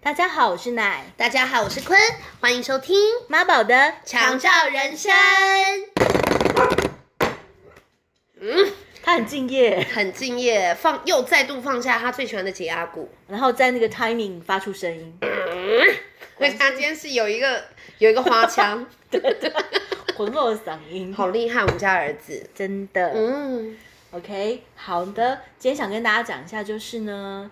大家好，我是奶大家好，我是坤，欢迎收听《妈宝的长照人生》。他很敬业，很敬业，放又再度放下他最喜欢的解压鼓。然后在那个 timing 发出声 音，所以他今天是有一个有一个花腔，浑厚的嗓音， 好厉害，我们家儿子。真的。嗯， OK，好的，今天想跟大家讲一下，就是呢，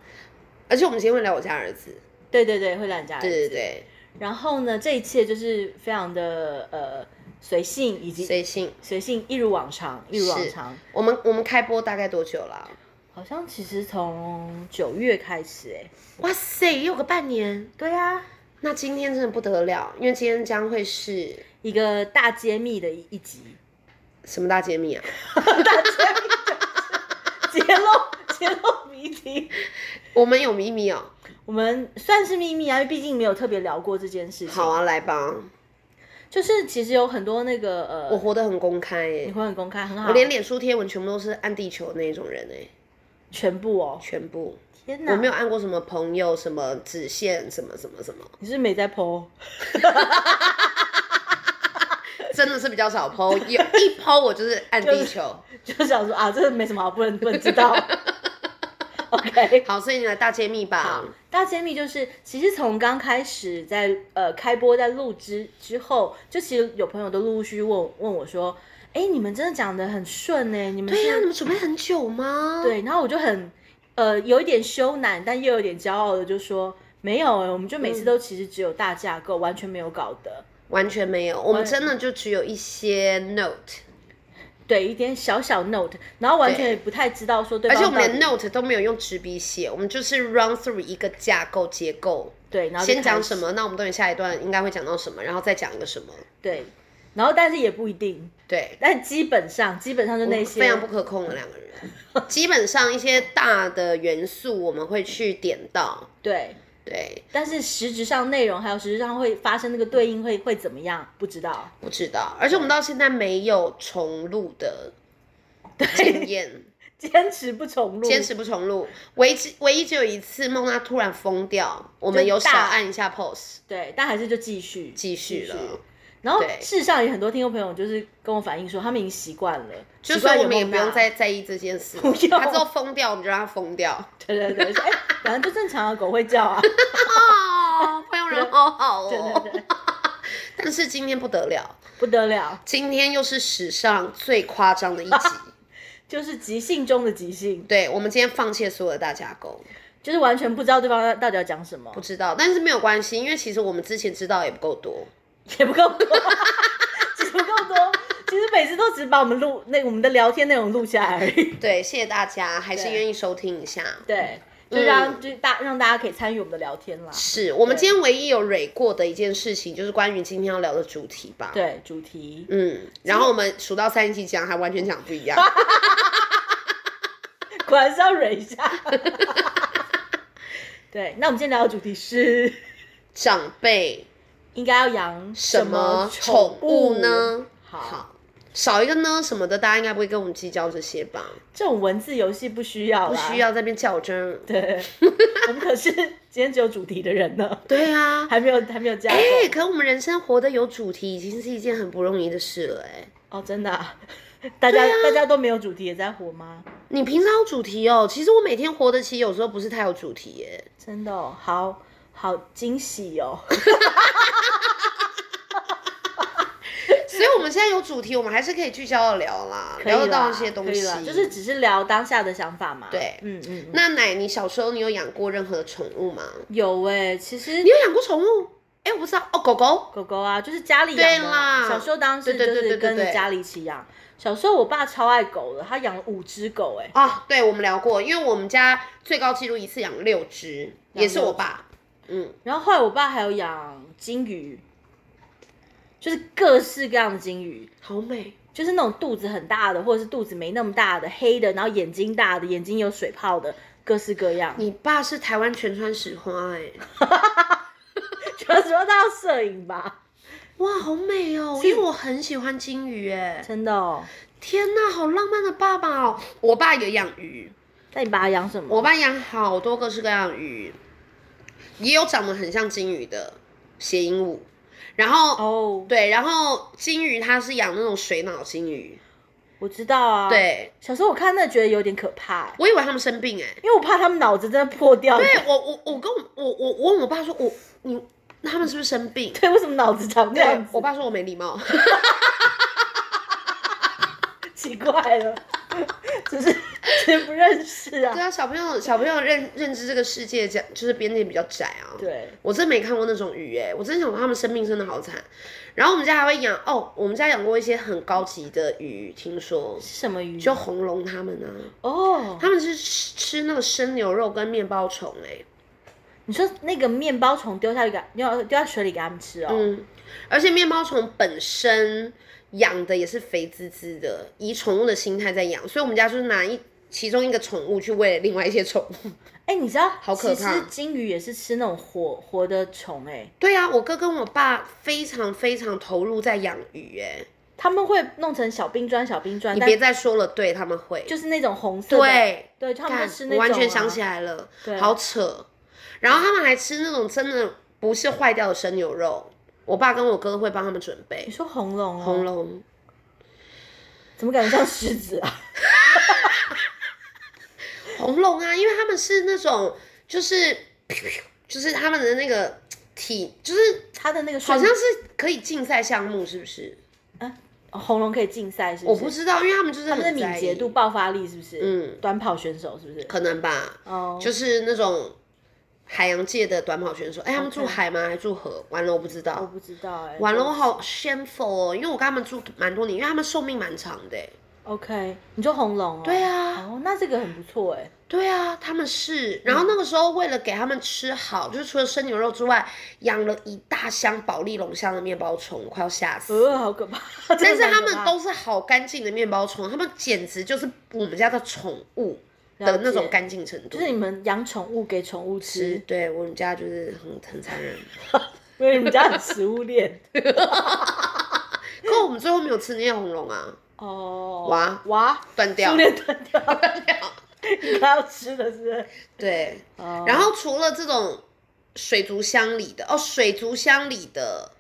而且我们今天会聊我家儿子。对对对，会懒家，对对对，然后呢，这一切就是非常的呃随性，以及随性。随性，一如往常，一如往是常。我们我们开播大概多久啦、好像其实从九月开始、欸，哎，哇塞，也有个半年。对啊，那今天真的不得了，因为今天将会是一个大揭秘的一一集，什么大揭秘啊？揭露揭露谜题。我们有秘密哦。我们算是秘密啊，因为毕竟没有特别聊过这件事情。好，啊，来吧，就是其实有很多那个呃，我活得很公开耶你。会很公开，很好，我连脸书贴文全部都是按地球那种人哎、全部哦，全部。天哪，我没有按过什么朋友、什么直线、什么什么什么，你是不是没在 PO， 真的是比较少剖。有一剖我就是按地球。就想说啊，这没什么好，不能不能知道。OK，好，所以你来大揭秘吧。大揭秘就是，其实从刚开始在呃开播在录之之后，就其实有朋友都陆陆续续问问我说，哎、你们真的讲的很顺呢、你们对啊呀、是你们准备很久吗？，对，然后我就很呃有一点羞赧，但又有点骄傲的就说没有、欸，我们就每嗯次都其实只有大架构，完全没有搞的，完全没有，我们真的就只有一些 note，对，一点小小 note，然后完全也不太知道说对而方且我们到连底 note 都没有用纸笔写，我们就是 run through 一个架构结构，对，然后就先开讲始什么，那我们等你下一段应该会讲到什么，然后再讲一个什么，对，然后但是也不一定，对，但基本上基本上就那些非常不可控的两个人。基本上一些大的元素我们会去点到，对，对，但是实质上内容还有实质上会发生那个对应会会怎么样不知道，不知道，而且我们到现在没有重录的经验，坚持不重录，坚持不重录，唯只唯一只有一次梦娜突然疯掉，我们有就大少按一下 pose，对，但还是就继续继续了。然后对事实上有很多听众朋友就是跟我反映说，他们已经习惯了，就习是惯我有们也梦不用娜再在意这件事，不用他之后疯掉，我们就让他疯掉。对对 对，说哎，反正就正常啊，狗会叫啊，哦，朋友人好好 对对哦。对，但是今天不得了，不得了，今天又是史上最夸张的一集。就是即兴中的即兴，对，我们今天放弃了所有的大架构，就是完全不知道对方到底要讲什么不，知道，但是没有关系，因为其实我们之前知道也不够多。也不够多， 其实不够多，其实每次都只把我们录那我们的聊天内容录下来而 已，对，谢谢大家，还是对愿意收听一下。对，嗯就让、就大让大家可以参与我们的聊天啦，是我们今天唯一有蕊过的一件事情，就是关于今天要聊的主题吧。，对，主题，嗯，然后我们数到三一起讲，还完全讲 不一样。果然是要忍一 下，对，那我们今天聊的主题是。长 辈应该要养什么宠物呢？好，少一个呢什么的，大家应该不会跟我们计较这些吧？这种文字游戏不需要不啦，需。要在那边较真。 对，我们可是今天只有主题的人 呢，对啊，还没有还没有加入、哎、可我们人生活得有主题，已经是一件很不容易的事了、哎，哦，真的啊、大家、大家都没有主题也在活吗？你平常有主题哦？其实我每天活得其实有时候不是太有主题耶、真的、哦，好好惊喜哦！所以我们现在有主题，我们还是可以聚焦的聊啦，可以聊得到啦一些东可以西啦。就是只是聊当下的想法嘛。对嗯嗯，嗯那奶，你小时候你有养过任何宠物吗？有哎、其实你有养过宠物？哎、我不知道哦，狗狗。狗狗啊，就是家里对养的啊。啦小时候当时对对就对是对对跟着对家里一起养。小时候我爸超爱狗的，他养了五只狗哎、啊，对，我们聊过，因为我们家最高纪录一次养六只，养也是六我只爸。嗯，然后后来我爸还有养金鱼，就是各式各样的金鱼，好美。就是那种肚子很大的，或者是肚子没那么大的，黑的，然后眼睛大的，眼睛有水泡的，各式各样。 你爸是台湾全川史花哎、主要主要他要摄影吧，哇，好美哦！因为我很喜欢金鱼哎、真的哦。天哪，好浪漫的爸爸哦！我爸也养鱼，那你把它养什么？我爸养好多各式各样的鱼，也有长得很像金鱼的谐音舞。然后、哦，对，然后金鱼它是养那种水脑金鱼，我知道啊。，对小时候我看那觉得有点可怕、欸我以为它们生病哎、因为我怕他们脑子真的破掉。对我我我跟我我我我问我爸说，我你他们是不是生病？ 对，为什么脑子长这样对子？我爸说我没礼貌，奇怪了， 只是 谁不认识对啊？啊，小朋友小朋友认认知这个世界讲就是边界比较窄啊。对，我真没看过那种鱼哎、我真想说他们生病真的好惨。然后我们家还会养哦，我们家养过一些很高级的鱼，听说是什么鱼？就红龙他们呢、啊哦，他们是吃吃那个生牛肉跟面包虫哎、你说那个面包虫丢下去给它丢到丢到水里给他们吃哦？嗯，而且面包虫本身养的也是肥滋滋的，以宠物的心态在养，所以我们家就是拿一其中一个宠物去喂另外一些宠物。 哎、你知道，好可怕其实金鱼也是吃那种活活的虫、哎，对啊，我哥跟我爸非常非常投入在养鱼、欸，他们会弄成小冰砖、小冰砖，你啊但别再说了，对他们会，就是那种红色的，对，对，他们看就吃那我种、啊。完全想起来了对，好扯。然后他们还吃那种真的不是坏掉的生牛肉，我爸跟我哥会帮他们准备你说红龙哦，红龙。怎么感觉像狮子啊？ 红龙啊，因为他们是那种就是就是他们的那个体，就是它的那个好瞬像是可以竞赛项目，是不是？哦红龙可以竞赛，是我不是？不知道，因为他们就是他们的很敏在捷意，度、爆发力是不是？嗯，短跑选手是不是？可能吧，哦，就是那种海洋界的短跑选手。哎、他们住 OK 海吗？还住河？完了，我不知我道。不知道哎、完了，我好 shameful 哦，因为我跟他们住蛮多年，因为他们寿命蛮长的欸。 OK，你就红龙哦。对啊哦，那这个很不错 哎。对啊，他们是。然后那个时候为了给他们吃好，就是除了生牛肉之外，养了一大箱保利龙香的面包虫，我快要吓死。呃，好可怕！ 但真是的蛮他可们怕都是好干净的面包虫，他们简直就是我们家的宠物的那种干净程度。就是你们养宠物给宠物是吃，对我们家就是很很残忍，因为你们家很食物链。可我们最后没有吃那些红龙啊，哦， 哇哇，断食 掉物。链断掉， 应该要吃的是不 是。对，哦然后除了这种水族箱里的哦，水族箱里的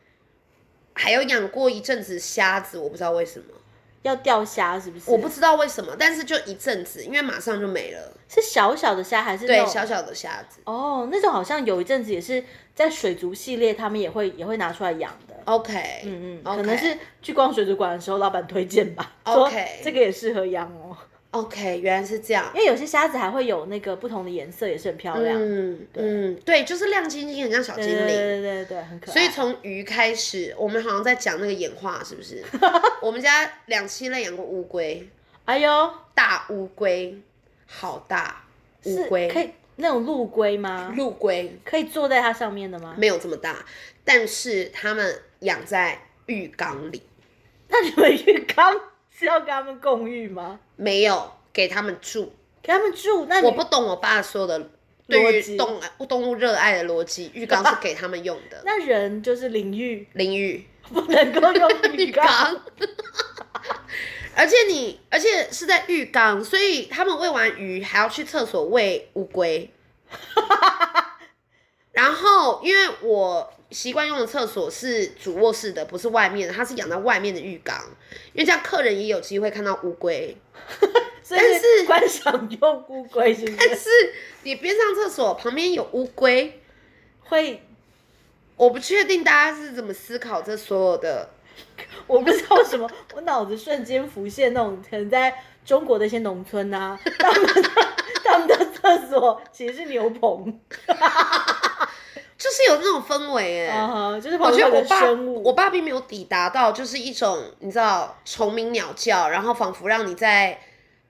还有养过一阵子虾子，我不知道为什么，要钓虾是不是？我不知道为什么，但是就一阵子，因为马上就没了。是小小的虾还是那对，种小小的虾子。哦，那种好像有一阵子也是在水族系列，他们也会也会拿出来养的。 OK， 嗯嗯 o k 可能是去逛水族馆的时候，老板推荐吧。说 OK 这个也适合养哦， OK，原来是这样因。为有些虾子还会有那个不同的颜色，也是很漂亮。嗯嗯，对，就是亮晶晶，很像小对精对对灵。对对对，很可爱。所以从鱼开始，我们好像在讲那个演化，是不 是？我们家两栖类养过乌龟，哎呦，大乌龟，好大乌是可龟，以那种陆龟吗？陆龟可以坐在它上面的吗？没有这么大，但是它们养在浴缸里，那你们浴缸是要跟他们共浴吗？没有给它们住。给他们住？那你我不懂我爸说的逻对辑于动动物热爱的逻辑，浴缸是给它们用的，那人就是淋浴，淋浴。不能够用浴 浴缸。缸。而且你，而且是在浴缸，所以他们喂完鱼还要去厕所喂乌龟。 然后，因为我习惯用的厕所是主卧室的，不是外面的，它是养在外面的浴缸，因为这样客人也有机会看到乌龟。所以但是观赏用乌龟是不但是是你边上厕所旁边有乌龟，会？我不确定大家是怎么思考这所有的我不知道为什么，我脑子瞬间浮现那种可能在中国的一些农村 啊，他们的他们的厕所其实是牛棚，就是有那种氛围哎、啊、就是我旁觉边有得我个爸生，物。我爸并没有抵达到，就是一种你知道虫鸣鸟叫，然后仿佛让你在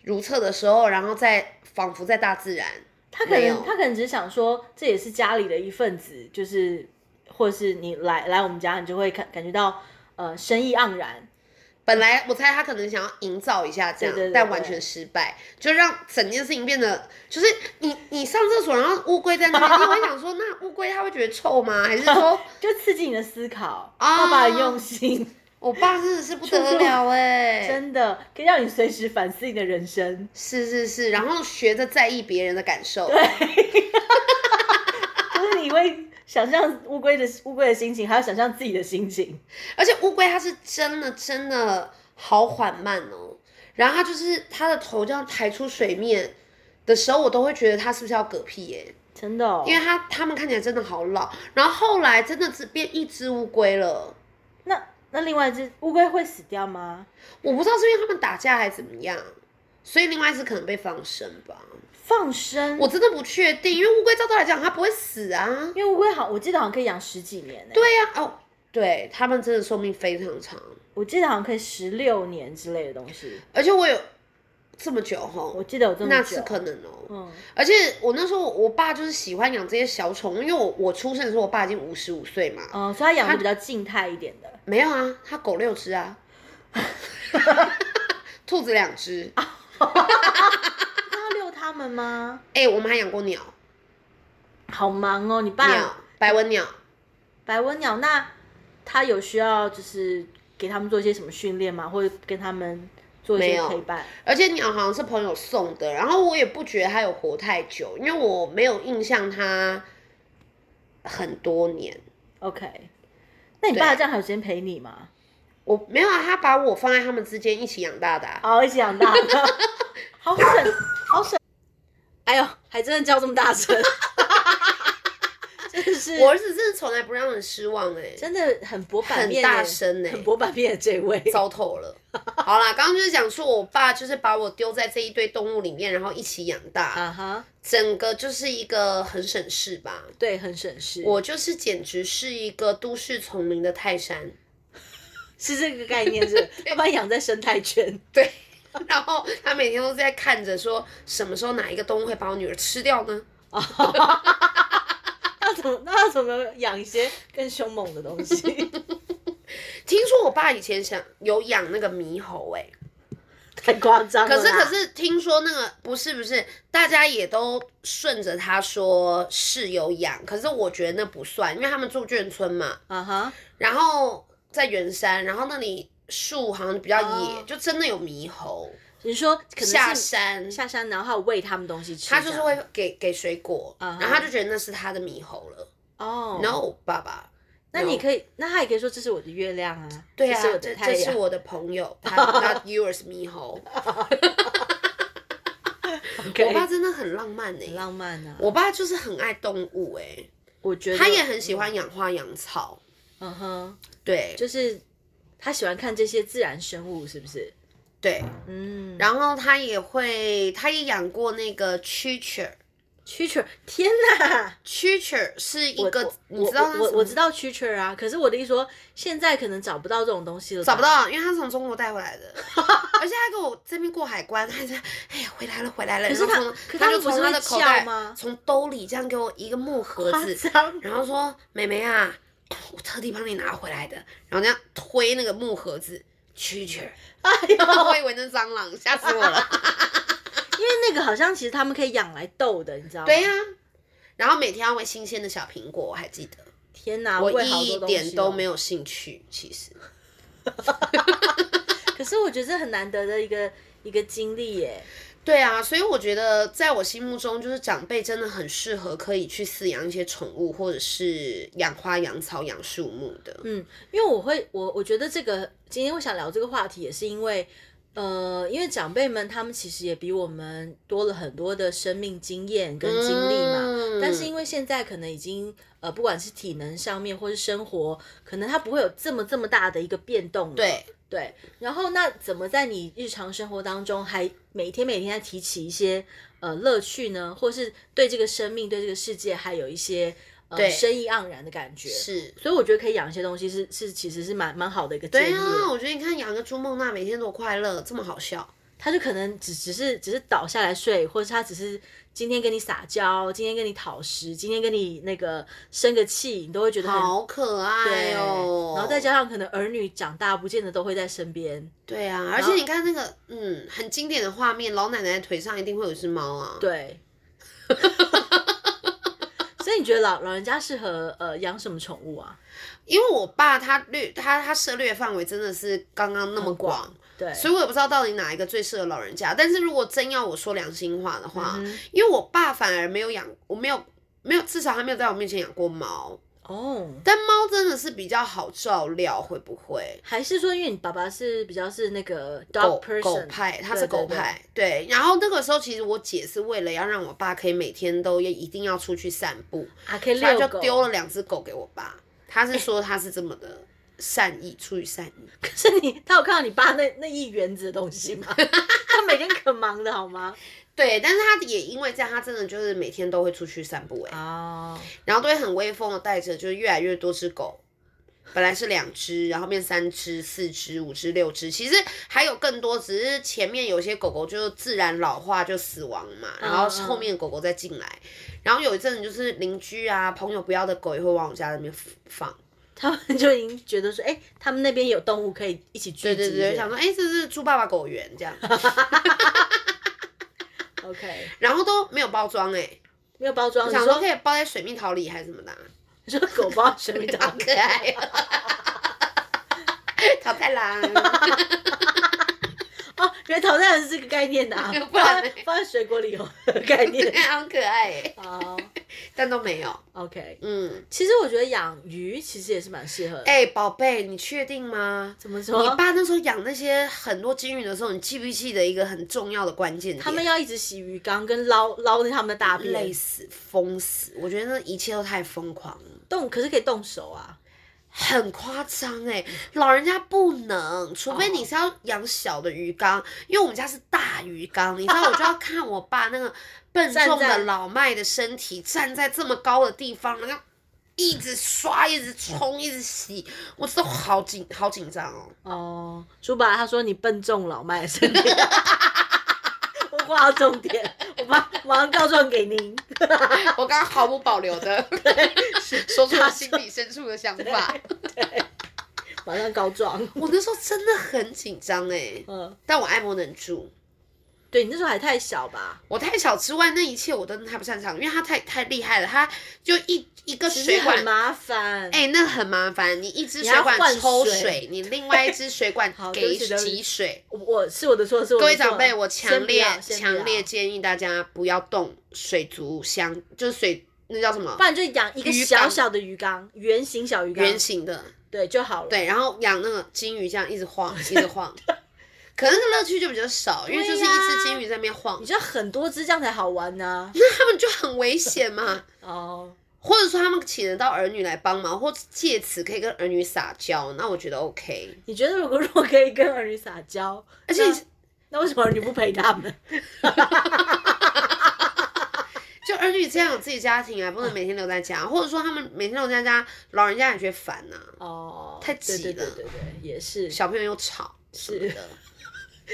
如厕的时候，然后再仿佛在大自然。他可没能有他可能只是想说，这也是家里的一份子，就是或是你来来我们家，你就会感感觉到呃生意盎然。本来我猜他可能想要营造一下这样，对对对但对完全失败，就让整件事情变得就是你你上厕所，然后乌龟在那边，你会想说那乌龟它会觉得臭吗？还是说就刺激你的思考，啊爸爸的用 心，我爸真的是不得了哎、真的可以让你随时反思你的人生。 是是是，然后学着在意别人的感受，就是你龟想象乌龟的乌龟的心情，还要想象自己的心情。而且乌龟它是真的真的好缓慢哦，然后它就是它的头这样抬出水面的时候，我都会觉得它是不是要嗝屁耶、真的、哦，因为它它们看起来真的好老，然后后来真的只变一只乌龟了，那那另外一只乌龟会死掉吗？我不知道是因为它们打架还是怎么样，所以另外一只可能被放生吧，放生，我真的不确定，因为乌龟照道来讲它不会死啊，因为乌龟好，我记得好像可以养十几年呢、欸对呀、哦，对，它们真的寿命非常长，我记得好像可以十六年之类的东西。而且我有这么久吼我，记得有这么久，那是可能哦、嗯，而且我那时候我爸就是喜欢养这些小宠物，因为我我出生的时候我爸已经五十五岁嘛，哦，所以它养的比较静态一点的，没有啊，他狗六只啊， 兔子两只，那要遛它们吗？哎、我们还养过鸟，好忙哦，你鸟爸白纹鸟，白文鸟，那它有需要就是给他们做一些什么训练吗？或者跟他们做一没些有陪伴？而且鸟好像是朋友送的，然后我也不觉得它有活太久，因为我没有印象它很多年。 OK，那你爸这样还有时间陪你吗？我没有啊，他把我放在他们之间一起养大的啊、哦好，一起养大 的，好省，好省。哎呦，还真的叫这么大声， 真的是我儿子真的从来不让人失望哎、真的很博版很面耶，欸大声哎、很博版面的欸这位。 糟透了。好啦，刚刚就是讲说，我爸就是把我丢在这一堆动物里面，然后一起养大，啊哈，整个就是一个很省事吧。对，很省事，我就是简直是一个都市丛林的泰山，是这个概 念是，要不然养在生态圈。 对。 然后他每天都在看着，说什么时候哪一个动物会把我女儿吃掉呢？那怎么那要怎么养一些更凶猛的东西？ 听说我爸以前想有养那个猕猴、欸，太夸张了可啦。是可是听说那个不是不是，大家也都顺着他说是有养，可是我觉得那不算，因为他们住眷村嘛，啊哈，然后在圆山，然后那里树好像比较野，哦就真的有猕猴你说可能下是山，下山，然后还有喂他们东西吃这他样，就是会给给水果，啊哈然后他就觉得那是他的猕猴了。哦。 No，爸爸，那你可以，那他也可以说这是我的月亮啊，对啊这是我，这的太这阳，是 我的朋友，他 not yours 猕猴。 OK 我爸真的很浪漫呢、很浪漫啊。我爸就是很爱动物哎、我觉得他也很喜欢养花养草。嗯哼，对就是他喜欢看这些自然生物，是不是？对，嗯，然后他也会，他也养过那个蛐蛐儿。蛐蛐儿，天哪！蛐蛐儿是一我个，我你知道我它我什么我知道蛐蛐儿啊，可是我的意思说，现在可能找不到这种东西了吧，找不到，因为他是从中国带回来的，而且他给我这边过海关，他还在，哎呀，回来了，回来了。可是然他后可从他他们不就是从他会的口叫袋吗从兜里这样给我一个木盒夸子，张，然后说：“妹妹啊，我特地帮你拿回来的。”然后这样推那个木盒子，蛐蛐儿， 哎呦，我以为那蟑螂，吓死 我了。因为那个好像其实他们可以养来斗的，你知道吗？哎对呀、然后每天要喂新鲜的小苹果，我还记得，天哪，我喂好多一东点西都哦没有兴趣，其实。可是我觉得这很难得的一个一个经历耶。对啊，所以我觉得，在我心目中，就是长辈真的很适合可以去饲养一些宠物，或者是养花、养草、养树木的。嗯，因为我会，我我觉得这个今天我想聊这个话题，也是因为，呃，因为长辈们他们其实也比我们多了很多的生命经验跟经历嘛。嗯但是因为现在可能已经呃，不管是体能上面或是生活，可能它不会有这么这么大的一个变动了。对，对，然后那怎么在你日常生活当中还每天每天在提起一些呃乐趣呢？或是对这个生命、对这个世界还有一些呃对生意盎然的感觉？是，所以我觉得可以养一些东西是是其实是蛮蛮好的一个建对议。啊，我觉得你看养个朱梦娜每天多快乐，这么好笑。 它就可能只只是只是倒下来睡，或者它只是今天跟你撒娇，今天跟你讨食，今天跟你那个生个气，你都会觉得很。好可爱嗯对，哦！然后再加上可能儿女长大不见得都会在身边，对啊，而且你看那个，嗯，很经典的画面，老奶奶腿上一定会有一只猫啊。对。 所以你觉得老老人家适合呃养什么宠物啊？因为我爸他略他他涉猎范围真的是刚刚那么很广广，对，所以我也不知道到底哪一个最适合老人家。但是如果真要我说良心话的话，嗯哼因为我爸反而没有养，我没有没有，至少他没有在我面前养过猫。哦，但猫真的是比较好照料，会不会？还是说因为你爸爸是比较是那个狗 dog 狗 person，啊派，他对是对狗对派，对。然后那个时候，其实我姐是为了要让我爸可以每天都也一定要出去散步，还可以所以遛她狗就丢了两只狗给我爸。他是说他是这么的善意，出于善意。 可是你，他有看到你爸那那一园子的东西吗？ 他每天可忙的好吗？对，但是他也因为这样，他真的就是每天都会出去散步、欸，哦，然后都会很威风的带着，就是越来越多只狗。本来是两只，然后变三只、四只、五只、六只，其实还有更多，只是前面有些狗狗就自然老化就死亡嘛，然后后面狗狗再进来，然后有一阵子就是邻居啊、朋友不要的狗也会往我家那边放，他们就已经觉得说，哎、他们那边有动物可以一起聚集。对对对，就想说哎、这是猪爸爸狗园这样， OK，然后都没有包装哎、没有包装，你想说说可以包在水蜜桃里还是什么的 啊、你说狗包水蜜桃好可爱、哦， 淘汰啦，哦，原来淘汰人是这个概念的、啊 ，不放然呢在放在水果里有概念。 好可爱、欸，好但都没有。 ，OK，嗯，其实我觉得养鱼其实也是蛮适合的。哎、宝贝，你确定吗？怎么你说？爸那时候养那些很多金鱼的时候，你记不记得一个很重要的关键点？他们要一直洗鱼缸跟捞捞那他们的大累便，死、疯死，我觉得那一切都太疯狂了，动可是可以动手啊。很夸张哎！老人家不能，除非哦你是要养小的鱼缸，因为我们家是大鱼缸，你知道，我就要看我爸那个笨站重在的老迈的身体站在这么高的地方，然后一直刷、一直冲、一直洗，我都好紧、好紧张哦。哦，叔爸他说你笨重老迈的身体， 我画到重点，我马马上告状给您。 我刚刚毫无保留 的 说出了心里深处的想法。马上告状。我那时候真的很紧张哎，嗯，但我爱莫能助。对你那时候还太小吧？我太小之外，那一切我真的太不擅长，因为他太太厉害了，他就一一个其水实管很，麻烦。哎、那很麻烦。你一支你还水要管换抽水你另外一支水管 好对给不起对不挤起水。我我是我的错，是我的错。各位长辈，我强烈先不要强烈，先建议大家不要动水族箱，就是水那叫什么不要不然就养一个鱼小缸小的鱼缸，圆形小鱼缸，圆形的，对就好了。对，然后养那个金鱼这样一直晃，一直晃，可能那个乐趣就比较少，因为就是一只金鱼在那边晃你，就要很多只这样才好玩呢、 那他们就很危险嘛。哦，或者说他们请得到儿女来帮忙，或借此可以跟儿女撒娇，那我觉得 OK。你觉得如果如果可以跟儿女撒娇，而且那那为什么儿女不陪他 们？就儿女这样有自己家庭啊，不能每天留在家，或者说他们每天留在家，老人家也觉得烦呐、哦，太挤对对了对对对，也是。小朋友又吵什么是的，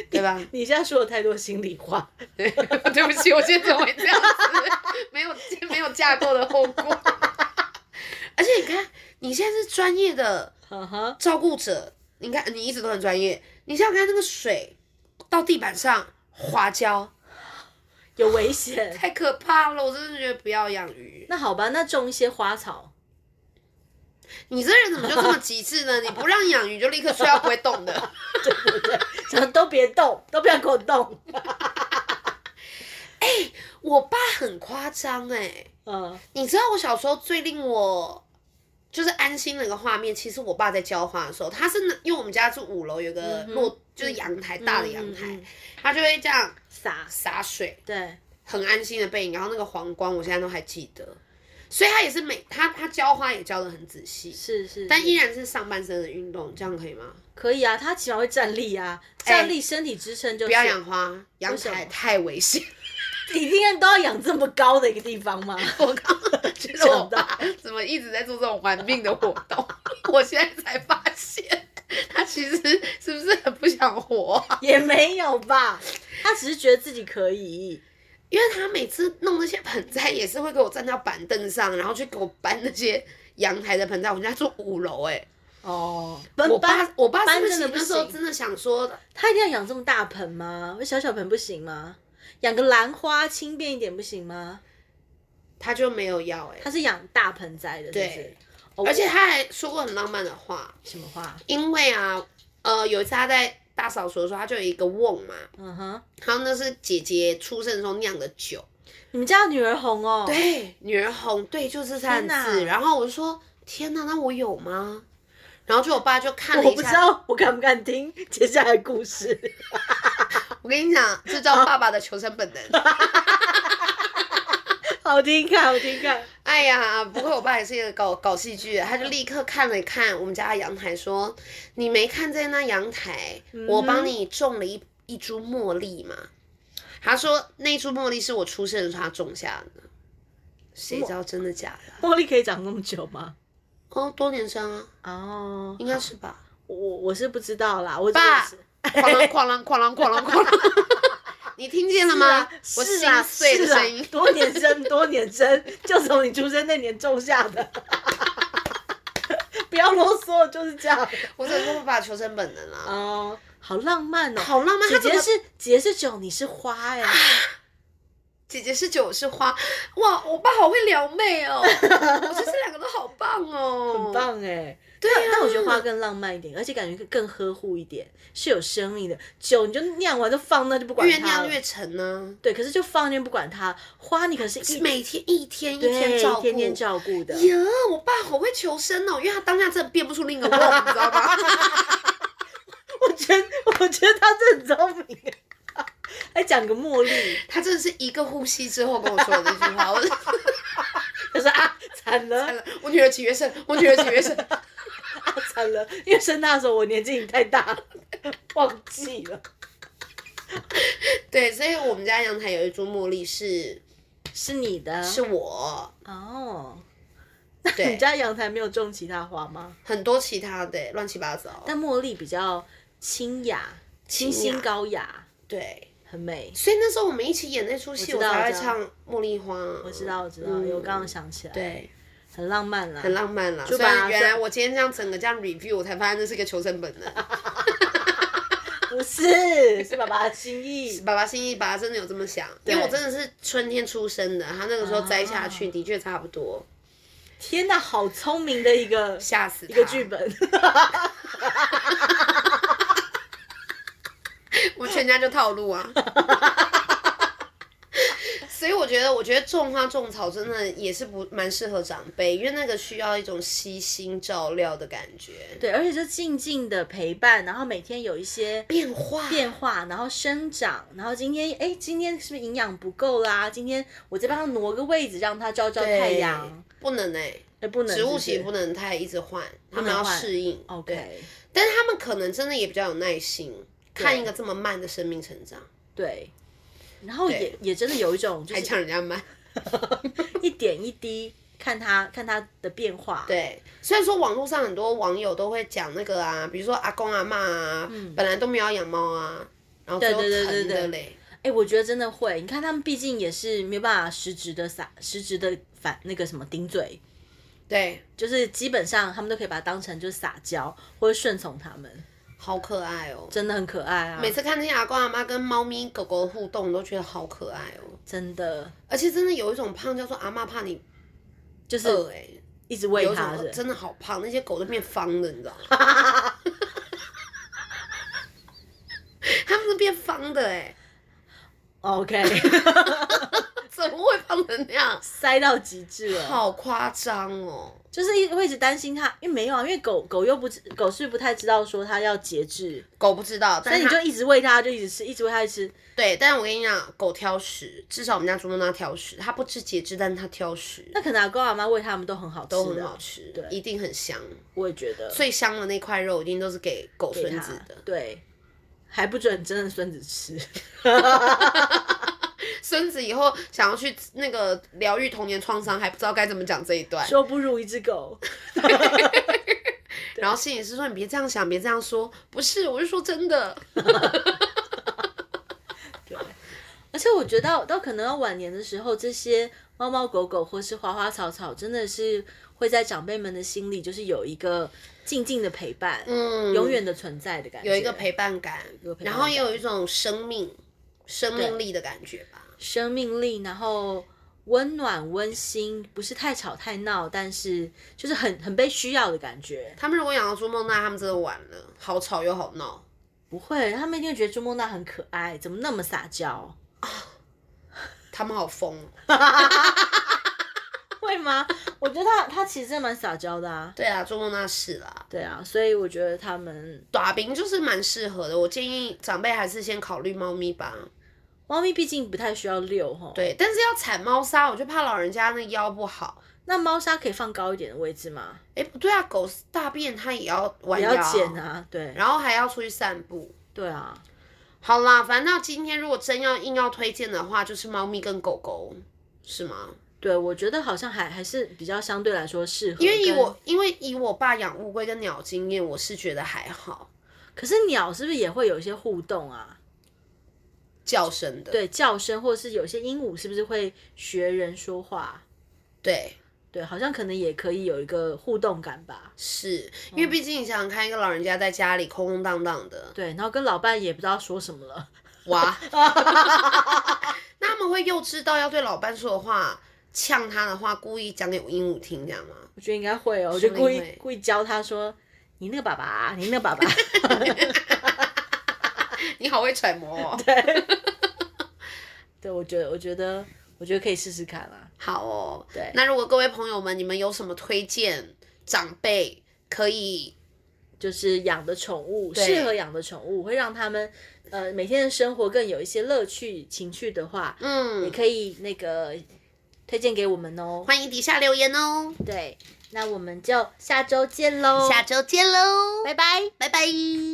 对吧？你现在说了太多心里话， 对 不起，我今天怎么会这样子？ 没有没有架构的后果。 而且你看，你现在是专业的哈哈，照顾者，你看你一直都很专业。你想想看，那个水到地板上滑跤，有危险。 太可怕了！我真的觉得不要养鱼。那好吧，那种一些花草， 你这人怎么就这么极致呢？你不让养鱼就立刻睡到不会动的。 对对对，想说都别动， 都不要给我动。我爸很夸张哎，嗯，你知道我小时候最令我就是安心的一个画面，其实我爸在浇花的时候，他是拿因为我们家住五楼，有个嗯哼落、就是阳台大的阳台，嗯嗯嗯他就会这样撒，洒水，对，很安心的背影。然后那个皇冠，我现在都还记得，所以他也是每他他浇花也浇的很仔细，是是，但依然是上半身的运动，这样可以吗？可以啊，它起码会站立啊，站立身体支撑就是。哎不要养花，阳什么台太危险。一定要都要养这么高的一个地方吗？ 我刚刚觉得我爸怎么一直在做这种玩命的活动， 我现在才发现他其实是不是很不想活啊、也没有吧，他只是觉得自己可以。因为他每次弄那些盆栽也是会给我站到板凳上，然后去给我搬那些阳台的盆栽。我们家住五楼哎、哦，搬我搬爸，我爸是搬不真是的不那时候行，真的想说，他一定要养这么大盆吗？小小盆不行吗？养个兰花轻便一点不行吗？他就没有要哎、他是养大盆栽的，是不是对？哦而且他还说过很浪漫的话，什么话？因为啊，呃，有一次他在大扫除的时候，他就有一个瓮嘛，嗯哼，然后那是姐姐出生的时候酿的酒，你们家女儿红哦，，对，女人红，对，就这三天哪个字。然后我就说，天哪，那我有吗？然后就我爸就看了我一不知下，道我敢不敢听接下来的故事。我跟你讲，这叫爸爸的求生本 能。 好听看，好听看。哎呀，不过我爸也是一个搞搞戏剧的，他就立刻看了看我们家的阳台，说：“你没看在那阳台，嗯我帮你种了一一株茉莉嘛。”他说：“那株茉莉是我出生的时候他种下的，谁知道真的假的？茉莉可以长那么久吗？哦，多年生啊，哦，应该是吧。”我我是不知道啦，我爸真的是哐啷哐啷哐啷哐啷哐啷， 你听见了是吗啊？我是心啊碎的是啊声音。多年 生，多年生，就从你出生那年种下的。 不要啰嗦，就是这样。我只能说爸爸求生本能啦，哦，好浪漫哦。好浪漫。他姐怎姐么？啊是姐是酒，你是花哎、姐姐是酒是花，哇，我爸好会撩 妹哦。我觉得这两个都好棒哦，很。棒哎、对但啊，但我觉得花更浪漫一点，而且感觉更呵护一点，是有生命的。酒你就酿完就放那就不管越它酿了，越沉呢，对，可是就放那边不管它。花你可是一是每天一天一对天照顾，天天照顾的。呀，我爸好会求生哦，因为他当下真的变不出另一个梦，你知 道吗？我觉得我觉得他真的很聪明。 还讲个茉莉，他真的是一个呼吸之后跟我说的这句话，我他说啊惨了惨了，我女儿几月生？我女儿几月生？啊惨了，因为生他的时候我年纪已经太大了， 忘记了。对，所以我们家阳台有一株茉莉是是你的是我，哦，你对，家阳台没有种其他花吗？很多其他的乱七八糟，但茉莉比较清雅、清清雅新高雅，对，很美。所以那时候我们一起演那出戏，我我知道才会我知道唱《茉莉花》，我知道，我知道，嗯有我刚刚想起来，，对，很浪漫啦。很浪漫啦。就虽把然原来我今天这样整个这样 review，我才发现这是一个求生本能，不是， 是爸爸的心意。爸爸心意，爸爸真的有这么想，对因为啊我真的是春天出生的，他那个时候栽下去，的确差不多，天哪，好聪明的一个吓死一一个剧，本。我全家就套路啊。 所以我觉得，我觉得种花种草真的也是不蛮适合长辈，因为那个需要一种悉心照料的感觉，对，而且就静静的陪伴，然后每天有一些变化变化，然后生长，然后今天哎，今天是不是营养不够啦？今天我再帮他挪个位置，让他照照对太阳。不能哎、哎，不能植物是其实是不能太一直换，他们能要换适应。对， OK，但是他们可能真的也比较有耐心，看一个这么慢的生命成长，对。然后也也真的有一种就还是呛人家慢。一点一滴看他看他的变化。对，虽然说网络上很多网友都会讲那个啊，比如说阿公阿妈啊，本来都没有要养猫啊，然后最后对对对疼对的对嘞。哎，我觉得真的会，你看他们毕竟也是没有办法实质的撒实质的反那个什么顶嘴，对，就是基本上他们都可以把它当成就是撒娇或者顺从他们。好可爱哦！真的很可爱啊！每次看那些阿公阿妈跟猫咪狗狗互动，都觉得好可爱哦。真的而且真的有一种胖叫做阿妈怕你就是饿哎、欸，一直喂有一种它饿的，真的好胖，那些狗都变方的，你知道吗？ 他们都变方的哎、 OK， 怎么会胖成那样？塞到极致了，好夸张哦！就是一会一直担心它，因为没有啊，因为狗狗又不知狗是不太知道说它要节制，狗不知道，所但以是你它就一直喂它，就一直吃，一直喂它吃，对，但是我跟你讲，狗挑食，至少我们家朱妈妈挑食，它不吃节制，但是它挑食，那可能阿公阿妈喂它们都很好吃的啊，都很好吃，对一定很香。我也觉得最香的那块肉一定都是给狗给孙它子的，对，还不准真的孙子吃， 孙子以后想要去那个疗愈童年创伤，还不知道该怎么讲这一段。说不如一只狗，然后心理师说：“你别这样想，别这样说，不是，我是说真的。而且我觉得到到可能到晚年的时候，这些猫猫狗狗或是花花草草，真的是会在长辈们的心里，就是有一个静静的陪伴，嗯， 永远的存在的感觉，有一个陪伴感，陪伴然后也有一种生命生命力的感觉吧。生命力，然后温暖温馨，不是太吵太闹，但是就是很很被需要的感觉。他们如果养到朱梦娜，他们真的完了，好吵又好闹。不会，他们一定会觉得朱梦娜很可爱，怎么那么撒娇？他们好疯哦。 会吗？我觉得他他其实真的蛮撒娇的啊。对啊，做梦那是啦，对啊，所以我觉得他们短饼啊就是蛮适合的。我建议长辈还是先考虑猫咪吧。猫咪毕竟不太需要遛哈。，对，但是要铲猫砂，我就怕老人家那腰不好。那猫砂可以放高一点的位置吗？哎，不对啊，狗大便它也要弯也腰，要剪啊，对，然后还要出去散步。对啊，好啦，反正到今天如果真要硬要推荐的话，就是猫咪跟狗狗，是吗？对，我觉得好像还还是比较相对来说适合。因为以我，因为以我爸养乌龟跟鸟经验，我是觉得还好，可是鸟是不是也会有一些互动啊？叫声的。对，叫声或者是有些鹦鹉是不是会学人说话？对，对，好像可能也可以有一个互动感吧。是因为毕竟你想想看，一个老人家在家里空空荡荡的，对，然后跟老伴也不知道说什么了。哇，那他们会幼稚到要对老伴说的话，呛他的话，故意讲给鹦鹉听，这样吗？我觉得应该会哦，我就故说不意定会故意教他说：“你那个爸爸，你那个爸啊爸。你好会揣摩 哦。 对”我觉得，我觉得，我觉得可以试试看啊啦。好哦，对那如果各位朋友们，你们有什么推荐长辈可以？就是养的宠物，对适合养的宠物，会让他们呃每天的生活更有一些乐趣、情趣的话，也嗯，可以那个推荐给我们哦。欢迎底下留言哦。对，那我们就下周见喽，下周见喽，拜拜。拜拜。